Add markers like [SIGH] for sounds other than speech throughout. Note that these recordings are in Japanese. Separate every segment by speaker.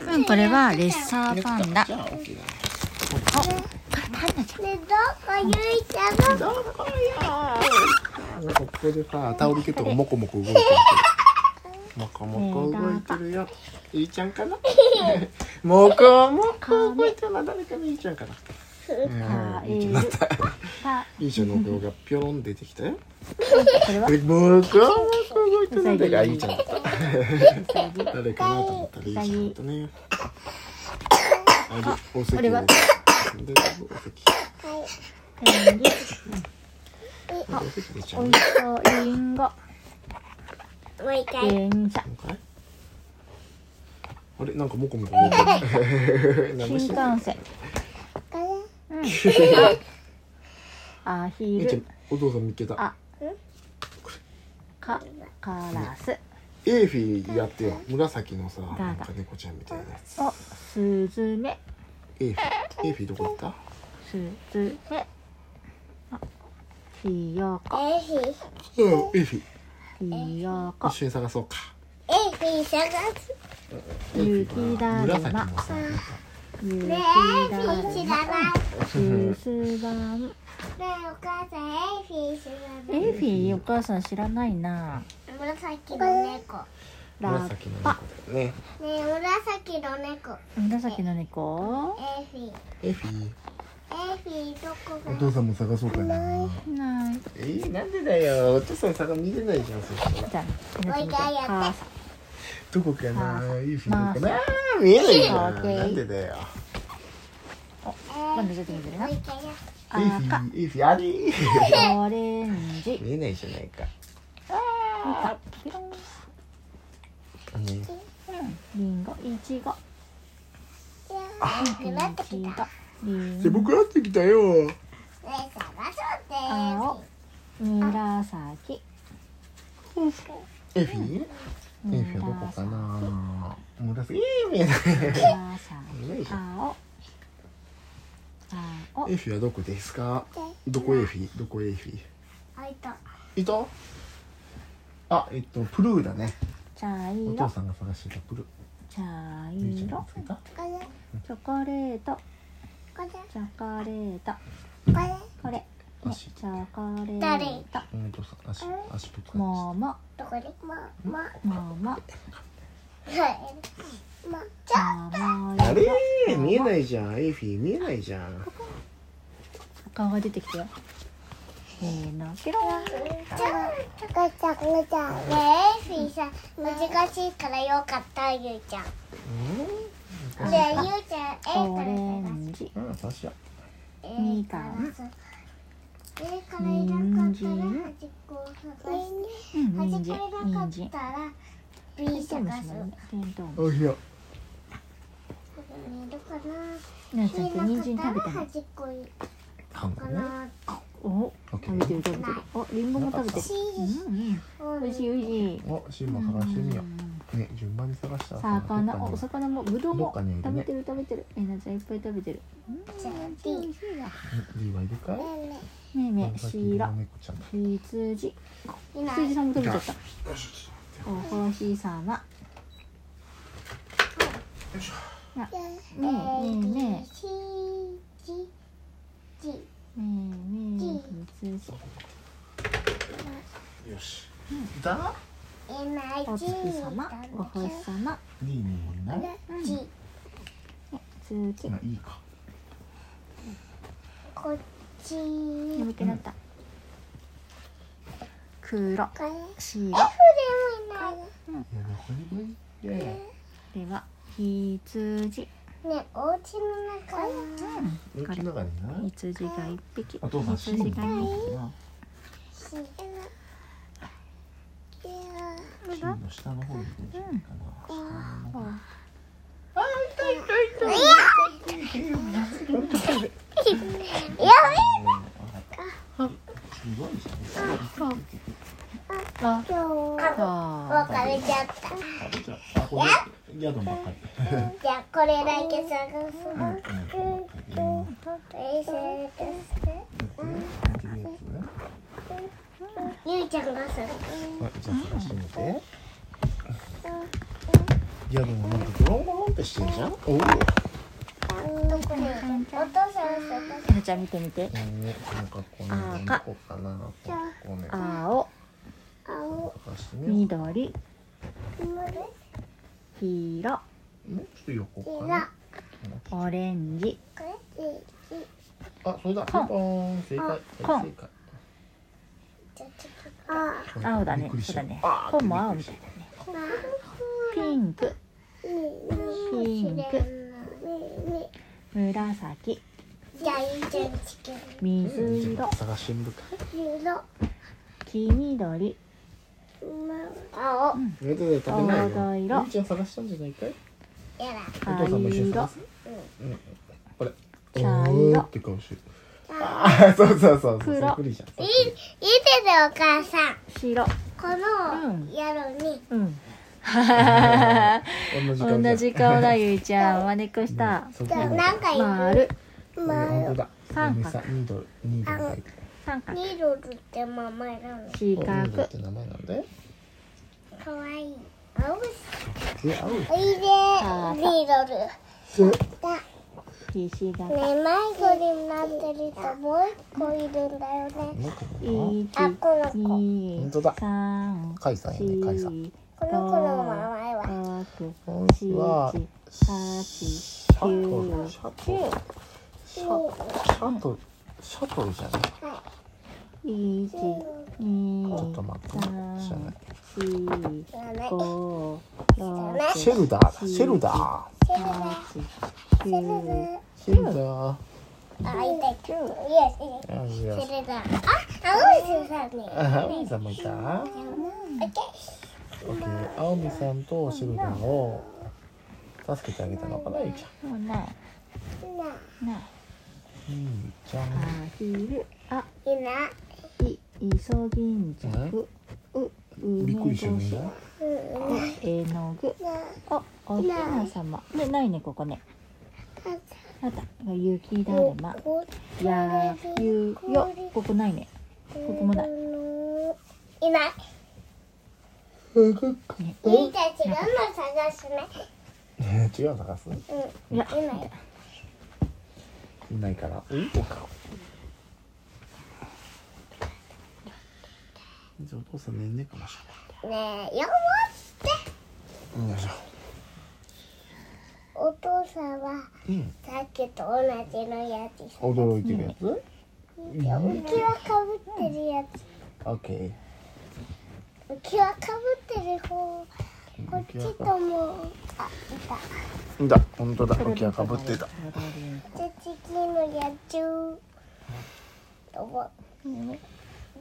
Speaker 1: 分これはレッサーパンダ
Speaker 2: じゃあ OK だね
Speaker 3: で、どこゆいちゃんの
Speaker 2: どこよなんかここでさタオルケットがモコモコ動いてるモコモコ動いてるよゆいちゃんか [LAUGHS] なモコモコ動いてるのは誰かのゆいちゃんかな
Speaker 1: か
Speaker 2: うんゆい
Speaker 1: え
Speaker 2: ちゃん
Speaker 1: る
Speaker 2: だった
Speaker 1: か
Speaker 2: ゆいちゃんの顔がぴょろん出てきたよ
Speaker 1: これは
Speaker 2: えモコモコ動いてるのは誰かゆいちゃんだった誰かなと思ったらゆいちゃんだったねあれお席
Speaker 1: これは
Speaker 2: でお席
Speaker 1: 天気
Speaker 2: お席でちゃ
Speaker 1: お
Speaker 2: ん
Speaker 1: い
Speaker 2: ね
Speaker 1: しそうリンゴ
Speaker 3: もう一回。
Speaker 1: 電車
Speaker 2: なんかいあれなんかモコモコ動いて [LAUGHS] る何
Speaker 1: 新
Speaker 2: もしてない
Speaker 1: 幹線アヒ
Speaker 2: ゆいちゃ
Speaker 1: ル
Speaker 2: んお父さん見っけた
Speaker 1: あかカラス
Speaker 2: エーフィーやってよ紫のさ
Speaker 1: だ
Speaker 2: なんか猫ちゃんみたいなやつ
Speaker 1: おスズメ
Speaker 2: エーフィーエーフィーどこ行った
Speaker 1: スズメあひよこ
Speaker 3: エフィ、
Speaker 2: うんエーフィー
Speaker 1: ひよこ
Speaker 2: 一緒に探そうか
Speaker 3: エフィ探す。
Speaker 2: エーフィーは
Speaker 1: 雪だる
Speaker 2: 紫
Speaker 1: ま
Speaker 2: のさなんか
Speaker 1: ゆき
Speaker 3: ねえ、エフ
Speaker 1: だ
Speaker 3: ィ知らない。
Speaker 1: るすばん
Speaker 3: ねえ、お母さん、エフィ知
Speaker 1: エ
Speaker 3: らない。
Speaker 1: フィーお母さん知らないな
Speaker 3: 紫の猫。
Speaker 1: ラ
Speaker 2: 紫の猫だよね
Speaker 3: ねえ、紫の猫。
Speaker 1: 紫の猫
Speaker 3: エフィ。エ
Speaker 2: エーフィー
Speaker 3: フィどこ
Speaker 2: お
Speaker 3: が
Speaker 2: 父さんも探そうかな
Speaker 1: ない
Speaker 2: えー、なんでだよお父さん探見てないじゃんそしたら
Speaker 1: じゃあ
Speaker 3: もう一回やって
Speaker 1: 母さん
Speaker 2: どこかなエーフィーどこか
Speaker 1: ま
Speaker 2: な見えないじゃん
Speaker 1: オッケー
Speaker 2: なんでだよ
Speaker 1: 今度出てきてるな
Speaker 3: もう一回や
Speaker 2: エーフィ
Speaker 1: 赤
Speaker 2: ーエーフィーあれ
Speaker 1: オレンジ
Speaker 2: 見えないじゃないか
Speaker 1: あピロン
Speaker 2: ね
Speaker 1: リンゴイチゴ
Speaker 3: いやー、なくなって
Speaker 1: イチ
Speaker 3: き
Speaker 1: ゴ
Speaker 3: た。
Speaker 1: リン
Speaker 2: で僕なってきたよ
Speaker 3: ねえ、探そう
Speaker 1: 青
Speaker 3: って。
Speaker 1: 紫
Speaker 2: エフィ
Speaker 1: うん
Speaker 2: エフィどこかな紫えー見えない
Speaker 1: 紫青青
Speaker 2: エフィはどこですかどこエフィどこエフィ
Speaker 3: あいた。
Speaker 2: いたあ、えっと、プルーだね
Speaker 1: 茶
Speaker 2: お父
Speaker 1: 色
Speaker 2: さんが探してたプルー
Speaker 1: 茶
Speaker 2: ゆいちゃんが
Speaker 1: 色
Speaker 2: ついた
Speaker 3: これ、
Speaker 1: チョコレート
Speaker 3: これ、こ
Speaker 1: チョコレート
Speaker 3: れ。
Speaker 1: これ、ね、チ
Speaker 2: 足
Speaker 1: ョコレ
Speaker 3: 誰
Speaker 1: ート
Speaker 2: うんお父さん、足、足とか
Speaker 1: 桃桃
Speaker 3: どこにまあまあ
Speaker 1: 桃
Speaker 3: はいまあじゃあ
Speaker 2: あれ
Speaker 1: 色
Speaker 2: 見えないじゃんエフィ見えないじゃん
Speaker 1: 顔が出てきたよせーのピロン
Speaker 3: じゃあガチャガチャねえフィーさん難しいからよかったゆうちゃんでゆうちゃん A から
Speaker 1: オレンジ
Speaker 2: うん、足しよう
Speaker 3: A から A からいなかったら端っこを探し
Speaker 1: う
Speaker 3: て
Speaker 1: ん
Speaker 3: 端
Speaker 1: 人
Speaker 3: っ
Speaker 1: 参
Speaker 3: こいなかっ
Speaker 1: 人参
Speaker 3: たら B
Speaker 1: テント
Speaker 3: 探
Speaker 1: ウム
Speaker 3: す
Speaker 1: シだねテントウム
Speaker 2: おいしよ
Speaker 3: いるかな
Speaker 1: シなっちゃんって
Speaker 3: い
Speaker 1: 人
Speaker 3: な
Speaker 1: 参
Speaker 3: か
Speaker 1: 食
Speaker 3: った
Speaker 1: べた
Speaker 3: ら
Speaker 1: の
Speaker 3: 端っこいる
Speaker 2: かん
Speaker 3: か
Speaker 2: だね
Speaker 3: な
Speaker 1: お
Speaker 2: オッケー
Speaker 1: 食べてる食べてるおリンゴも食べてる
Speaker 3: C
Speaker 1: うんうん美味しい美味しい
Speaker 2: お、シーも探してみよう。ね、順番に探したらさ。
Speaker 1: 魚
Speaker 2: どっかに
Speaker 1: お魚もぶどう
Speaker 2: どっ
Speaker 1: も
Speaker 2: かにいるね
Speaker 1: 食べてる食べてるえなちゃんいっぱい食べてる
Speaker 3: じゃあ
Speaker 1: 美
Speaker 3: D
Speaker 1: 味しいわ
Speaker 2: うんリーはいるかい？
Speaker 3: ね
Speaker 1: ねえねえ白
Speaker 2: 猫ちゃんだ。
Speaker 1: 羊
Speaker 3: えねいない
Speaker 1: 羊さんも食べちゃったお星様
Speaker 3: ね
Speaker 1: えねえねえねえ羊
Speaker 2: よし。いた？
Speaker 1: お月様お星様
Speaker 2: リーにもいない。
Speaker 1: 月
Speaker 2: まあいいか。
Speaker 3: こっち
Speaker 1: 眠くなった黒
Speaker 3: これ
Speaker 1: 白
Speaker 3: でもいない
Speaker 2: いやどこにもいない。
Speaker 1: では羊
Speaker 3: ねお家の中
Speaker 2: うちの中にいない。
Speaker 1: 羊が一匹
Speaker 2: お父さんシー
Speaker 1: 羊が一匹
Speaker 2: も。シーの下の方にいるんじゃないかな。
Speaker 3: や
Speaker 2: すごいじゃん。
Speaker 1: あ
Speaker 3: べ今日
Speaker 1: あ
Speaker 3: 分かれちゃった
Speaker 2: じゃああこれ宿ばっかり。
Speaker 3: じゃあこれだけ探そう
Speaker 2: うんうん
Speaker 3: 衛星ですゆいちゃんがする
Speaker 2: はいじゃあ探してみて。
Speaker 3: こ
Speaker 2: いやでもなんかゴロンゴロンってしてんじゃんおお
Speaker 3: どこにいるお父さんお
Speaker 1: えなちゃん見てみて
Speaker 2: ねなんかこの
Speaker 1: 赤
Speaker 2: こうかなこうね
Speaker 1: 青
Speaker 3: 父さん青
Speaker 2: 探してね
Speaker 1: 緑
Speaker 3: 緑
Speaker 1: 黄色
Speaker 2: もうちょっと横か
Speaker 3: 黄
Speaker 2: な
Speaker 3: 色
Speaker 1: オレンジ
Speaker 3: これいい
Speaker 2: あそれだピ
Speaker 1: コン
Speaker 2: ンポーン正解はい
Speaker 1: コン
Speaker 2: 正解
Speaker 3: じゃあちょっとあ
Speaker 1: 青だ
Speaker 2: び
Speaker 1: ね
Speaker 2: っくりし
Speaker 1: そうだ
Speaker 2: た
Speaker 1: ね
Speaker 2: あー
Speaker 1: 本も青みたいだねピンク
Speaker 3: いい
Speaker 1: ピンク紫
Speaker 3: じゃあいいじゃんチキン
Speaker 1: 水色
Speaker 2: 探してみるか
Speaker 3: 色
Speaker 1: 黄緑
Speaker 3: 青
Speaker 2: 上手で食べないよ
Speaker 1: 黄色
Speaker 2: ゆいちゃん探したんじゃないかい
Speaker 3: やら
Speaker 2: お父さんも一緒
Speaker 1: 灰
Speaker 2: に
Speaker 1: 色
Speaker 2: 探すうんこれ
Speaker 1: 茶色
Speaker 2: おーって顔してるああそうそうそうそう
Speaker 1: 黒
Speaker 2: そっくりじゃん
Speaker 3: いいいいですよお母さん
Speaker 1: 白
Speaker 3: この野郎に
Speaker 1: うん
Speaker 2: 同じ顔じゃ
Speaker 1: 同
Speaker 2: ん
Speaker 1: じ顔だゆいちゃんまねっこした
Speaker 2: そっくりだ
Speaker 3: なんかいる
Speaker 1: 丸
Speaker 2: 本当
Speaker 3: 丸
Speaker 2: だ
Speaker 1: 三角
Speaker 2: 嫁さんニードルニードルだよ
Speaker 1: 三角
Speaker 3: ニドルって名前なの
Speaker 1: 四
Speaker 2: ニードル
Speaker 1: 角
Speaker 2: って名前なんだよ
Speaker 3: かわいい青い
Speaker 2: え青い
Speaker 3: おいでニドルだ
Speaker 1: ひし
Speaker 3: ね
Speaker 1: 形
Speaker 3: 迷子になってるともう一個いるんだよね
Speaker 2: なんかな
Speaker 1: 一
Speaker 3: あこの子
Speaker 1: 二
Speaker 2: 本当だ
Speaker 1: 三
Speaker 2: カイさんやねカイさん
Speaker 1: 四
Speaker 3: この子の名前は
Speaker 1: 六
Speaker 2: 今週
Speaker 1: 七
Speaker 2: は
Speaker 1: 八
Speaker 2: シャトルシャトル
Speaker 3: シュ
Speaker 2: シャトルシャトルじゃない
Speaker 1: 一
Speaker 2: ちょ
Speaker 1: 二
Speaker 2: っと待ってね知らない
Speaker 1: 四
Speaker 3: 知らない
Speaker 1: 五六
Speaker 3: ね
Speaker 2: シェルダーだシェルダー
Speaker 3: シェル
Speaker 1: 八九
Speaker 3: ダ
Speaker 2: シェルダー
Speaker 3: ーあいたいたイエ
Speaker 2: あい
Speaker 3: スイ
Speaker 2: や
Speaker 3: エスシェルダーあ青いシェルダーね
Speaker 2: あ青みさんもいたオッケー青みさんとシェルダーを助けてあげたのかなゆいちゃ
Speaker 1: もうないない
Speaker 2: んゆいちゃん
Speaker 1: あひるあ
Speaker 3: いない
Speaker 1: いそぎんじゃくう梅
Speaker 2: びっくりして
Speaker 1: 干
Speaker 2: るん
Speaker 1: し
Speaker 2: だ
Speaker 3: うん
Speaker 1: えのぐあおひなさまねないねここねあった雪だるまやゆよここないねここもない
Speaker 3: いない
Speaker 2: えー
Speaker 3: いいじゃん違うの探すね
Speaker 2: [LAUGHS] 違うの探す
Speaker 3: う
Speaker 1: いや
Speaker 3: んいない
Speaker 2: いないからうんこかじゃあお父さんねんねかもし
Speaker 3: ねえよって
Speaker 2: れないよいしょ
Speaker 3: お父さんは
Speaker 2: うん
Speaker 3: さっきと同じのやつ
Speaker 2: 驚いてるやつ
Speaker 3: 浮き輪かぶってるやつ
Speaker 2: オッケー
Speaker 3: 浮き輪かぶってる方こっちともあいた
Speaker 2: だ本当だオッケーかぶってた
Speaker 3: じゃあ次のやつどうも
Speaker 1: ね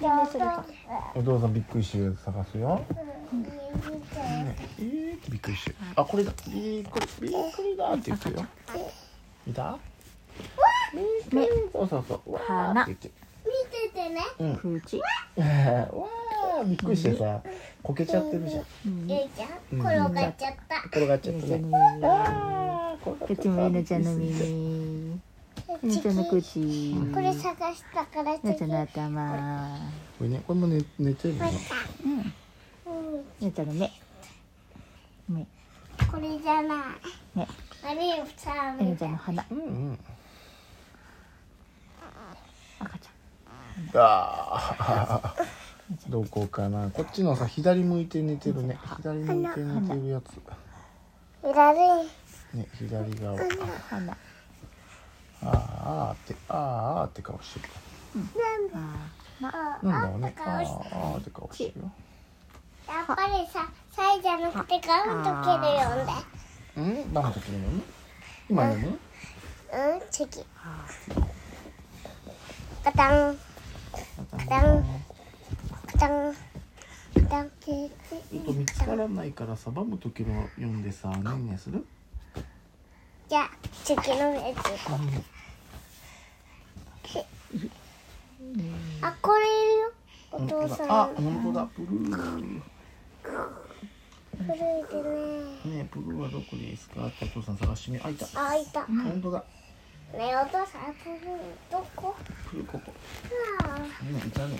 Speaker 3: どうぞ
Speaker 2: お父さんびっくりしてるやつ探すよ
Speaker 3: うん指ちゃん
Speaker 2: えーってびっくりしてるあこれだえーこれびっくりだって言ってるよいた
Speaker 1: 目
Speaker 2: そうそうそうわー
Speaker 1: 鼻
Speaker 2: って言って
Speaker 3: 見ててね
Speaker 1: 口
Speaker 2: [LAUGHS] わーびっくりしてさこけちゃってるじゃん
Speaker 3: ゆいちゃん転がっちゃった
Speaker 2: 転がっちゃった
Speaker 1: ちゃ
Speaker 2: ね
Speaker 1: ん
Speaker 2: あー転がっ
Speaker 1: こっ
Speaker 2: ち
Speaker 1: ち
Speaker 2: ゃった
Speaker 1: もえなちゃんの耳えな
Speaker 3: 次
Speaker 1: ちゃんの口
Speaker 3: これ探したから
Speaker 1: えな
Speaker 3: 次
Speaker 1: ちゃんの頭
Speaker 2: これねこれも寝寝てるの
Speaker 3: うん
Speaker 1: えなちゃんの目目
Speaker 3: これじゃない。
Speaker 1: ね
Speaker 3: あれよ、さあ、
Speaker 1: えな
Speaker 3: 見
Speaker 1: ち
Speaker 3: て
Speaker 1: ゃんの鼻
Speaker 2: うんうん
Speaker 1: 赤ちゃん
Speaker 2: あー [LAUGHS] どこかなこっちのさ左向いて寝てるね左向いて寝てるやつ
Speaker 3: いられん。
Speaker 2: ね左側
Speaker 1: 鼻
Speaker 2: あーあーってあーあーって顔してる
Speaker 1: あ
Speaker 3: あ
Speaker 2: なんだろうねあ
Speaker 3: あ
Speaker 2: ーあーって顔してるよ
Speaker 3: やっぱりさ、サイじゃなくてガムとけるよね。
Speaker 2: うん何の時に飲む今飲む
Speaker 3: うん、次。ガタン。ガタン。ガタン。ガタン。
Speaker 2: ちょっと見つからないからさバムとけるを読んでさ何ねする
Speaker 3: じゃあ、次のやつ。あ、これいるよ。お父さん。
Speaker 2: あ本当だブルー
Speaker 3: 古いでね。
Speaker 2: ねブルーはどこですかってお父さん探してみあいた
Speaker 3: あ、いた。ね
Speaker 2: 本当だ
Speaker 3: え、お父さん、ブルーどこ
Speaker 2: ブルーここ
Speaker 3: ああ。
Speaker 2: うんいたね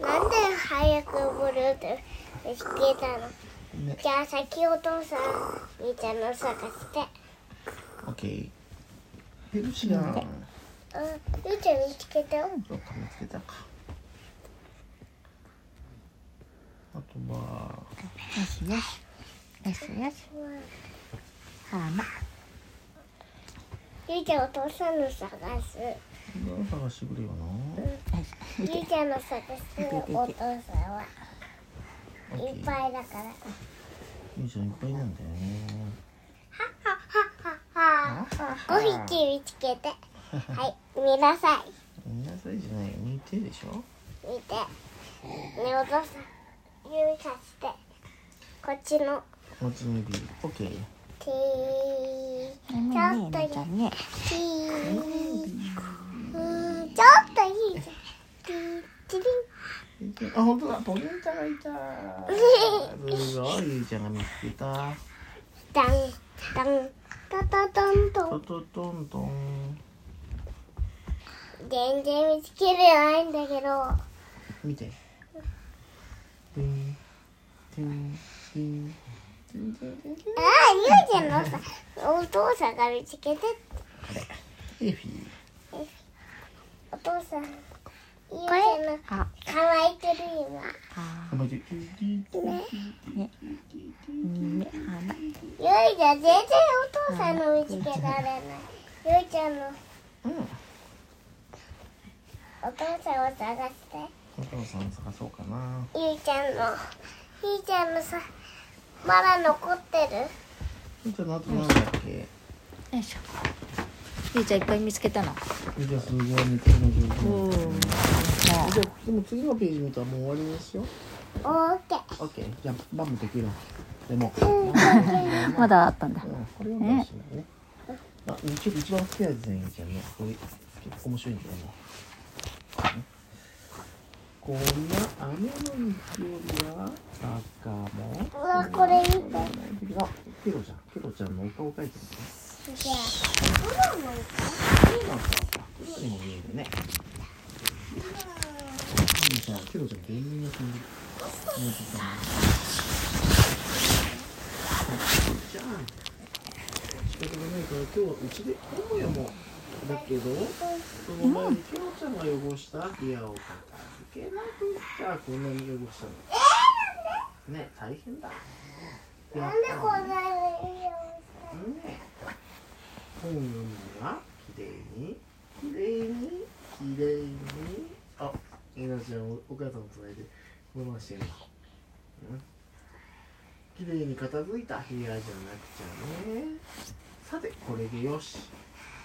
Speaker 3: なんで早くブルーって見つけたの
Speaker 2: ね
Speaker 3: じゃあ先お父さんみーちゃんの探して
Speaker 2: オッケーゆうちゃん
Speaker 3: うんゆうちゃん見つけたよ
Speaker 2: どっか見つけたかあとは
Speaker 1: よしよしよしよしはーま
Speaker 3: ゆうちゃんお父さんの探す
Speaker 2: 何探してくれよな
Speaker 3: ゆうちゃんの探すお父さんは
Speaker 2: オッ
Speaker 3: い
Speaker 2: ケ
Speaker 3: っ
Speaker 2: ー
Speaker 3: ぱいだから
Speaker 2: ゆうちゃんいっぱいなんだよね
Speaker 3: はあ5匹見つけてはい見なさい
Speaker 2: 見なさいじゃないよ見てでしょ
Speaker 3: 見てねお父さん指さしてこっちの
Speaker 2: 持ち指オッケー
Speaker 3: ティー
Speaker 1: ね
Speaker 3: ちょっ
Speaker 1: えねえねえち
Speaker 3: と
Speaker 1: ゃ
Speaker 3: いい
Speaker 1: んね
Speaker 3: ティーうーんちょっといいじゃんティーチリン
Speaker 2: あ、本当だ、ポケンタがいた。すごい、ゆいちゃんが見つけた。
Speaker 3: ダンダンタタタン
Speaker 2: ト
Speaker 3: トン
Speaker 2: トトントン。
Speaker 3: 全然見つけれないんだけど
Speaker 2: 見て。てん。てん。てん。
Speaker 3: ああ、ゆうちゃんのさ、お父さんが見つけて、
Speaker 2: エフィ。
Speaker 3: お父さん、ゆうちゃんの
Speaker 1: あ
Speaker 3: 乾いてる今。
Speaker 1: あ
Speaker 2: あ、待って。
Speaker 1: ねはーま
Speaker 3: ゆいちゃん、全然お父さんの見つけられない。ゆいちゃんの
Speaker 2: うん。
Speaker 3: お父さんを探して。
Speaker 2: お父さん探そうかな。
Speaker 3: ゆいちゃんの、ゆいちゃんのさ、まだ残ってる。
Speaker 2: ゆいちゃんの後なんだっけ。
Speaker 1: よいしょゆうちゃんいっぱい見つけたの
Speaker 2: ゆいちゃんすごい見つけの上手。
Speaker 1: うん
Speaker 2: じゃあ、でも次のページ見たらもう終わりにしよう。
Speaker 3: オーケー。
Speaker 2: オッケー。じゃあ、バムできる。でも。
Speaker 1: まだあったんだ
Speaker 2: うんこれ読んだらしいんだね。あ、ちょっと一番好きなやつね、ゆうちゃんね。これ、結構面白いんだよね。こんな雨の日よりは、赤も。
Speaker 3: うわ、これ見て。
Speaker 2: あ、ケロちゃん、ケロちゃんのお顔描いてるね。
Speaker 3: じゃあ、
Speaker 2: ケロなんか、ケロにも見えるね。ゆうちゃん、ケロちゃん、芸人が飛んでる。ゆうちゃんじゃあ、仕方がないから、今日はうちで、母屋も。だけど。その前にキョロちゃんが汚した部屋を片付けなくっちゃこんなに汚したの。ね大変だ。やっ
Speaker 3: なんでこん
Speaker 2: ぱ
Speaker 3: なに
Speaker 2: りね。本読むにはきれいに、きれいに、きれいに。あ、えなちゃんおお母さんの隣で物をしてるの。うん。きれいに片付いた部屋じゃなくちゃね。さてこれでよし。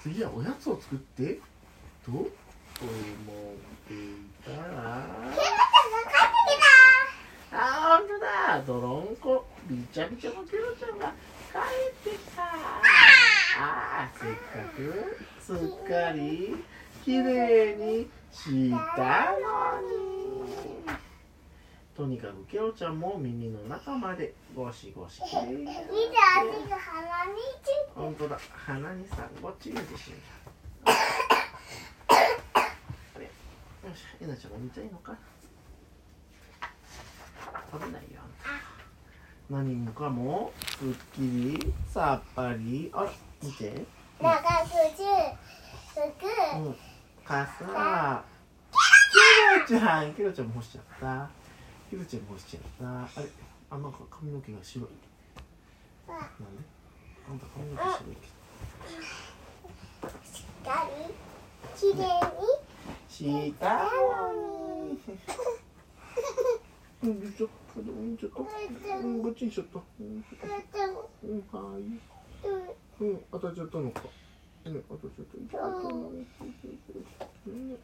Speaker 2: 次はおやつを作って。と思っていたらあーほんとだドロンコびちゃびちゃのケロちゃんが帰ってきたあーせっかくすっかりきれいにしたのにとにかくケロちゃんも耳の中までゴシゴシきれいに
Speaker 3: 見て、足が鼻について
Speaker 2: ほんとだ鼻にさごっち入れてしまったあれよしえなちゃんが見たいのか食べないよあんた何もかもすっきりさっぱりあら見て
Speaker 3: 長く十服
Speaker 2: うんかさケロちゃんケロちゃんも干しちゃったケロちゃんも干しちゃったあれあなんか髪の毛が白いなんであんた髪の毛白いけど
Speaker 3: がりきれいに
Speaker 2: したのに。うん、ぐちょっと、うん、ちょっと、うん、ぐっちりしちゃった。うん、
Speaker 3: くるくる
Speaker 2: うんはい。うん、当たっちゃったのか。うん、当たっちゃった。痛い痛いうん。うんよ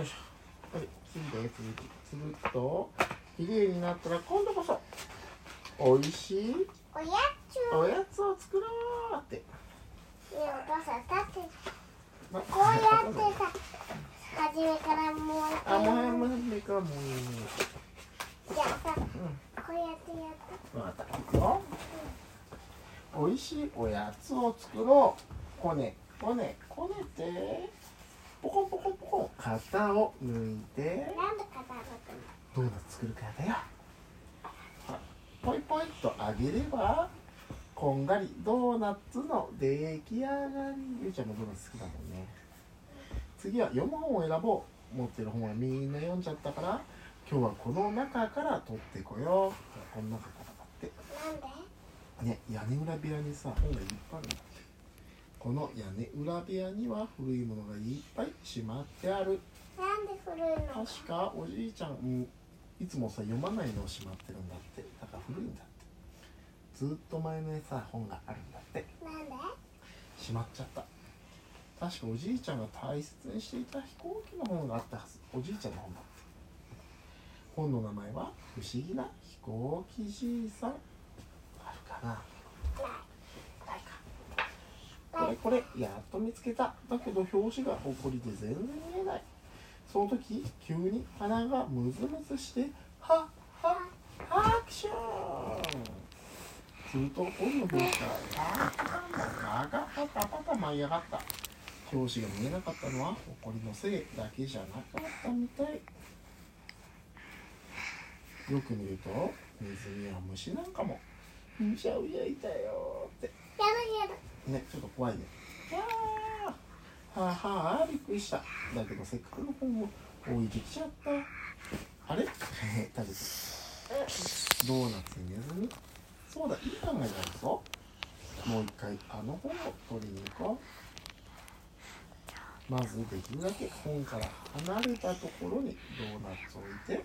Speaker 2: いしょ。はい、次だよ、続き。すると、綺麗になったら、今度こそ。美味しい
Speaker 3: おやつ
Speaker 2: おやつを作ろうって。
Speaker 3: ねお父さん立って
Speaker 2: ま
Speaker 3: こうやってさ初めからもうやって
Speaker 2: あ、もやもやめかもやもや。
Speaker 3: じゃあさこうやってやって
Speaker 2: また行くよ。美味しいおやつを作ろう。こねこねこねて。ポコンポコンポコン。型を抜いて。
Speaker 3: なんでかだろうと
Speaker 2: ドーナツ作るからだよ。っと揚げればこんがりドーナツの出来上がりゆうちゃんもドーナツ好きだもんね次は読む本を選ぼう持ってる本はみんな読んじゃったから今日はこの中から取ってこようこの中からだって
Speaker 3: なんで
Speaker 2: ね屋根裏部屋にさ本がいっぱいあるんだってこの屋根裏部屋には古いものがいっぱいしまってある
Speaker 3: なんで古いの
Speaker 2: 確かおじいちゃん、うん、いつもさ読まないのをしまってるんだってだから古いんだってずっと前のさ本があるんだって
Speaker 3: なんで
Speaker 2: しまっちゃった確かおじいちゃんが大切にしていた飛行機の本があったはずおじいちゃんの本だって本の名前は「不思議な飛行機じいさん」あるかなないかこれこれやっと見つけただけど表紙がほこりで全然見えないその時急に鼻がムズムズしてはっはっハクションすると本の表紙からガーガーガーパタパタ舞い上がった表紙が見えなかったのはほこりのせいだけじゃなかったみたいよく見るとネズミや虫なんかも「うしゃうしゃいたよ」って
Speaker 3: やだやだ
Speaker 2: ねちょっと怖いねはあはあはあびっくりしただけどせっかくの本を置いてきちゃったあれ食べたドーナツにネズミそうだいい考えがあるぞもう一回あの本を取りに行こうまずできるだけ本から離れたところにドーナツを置いて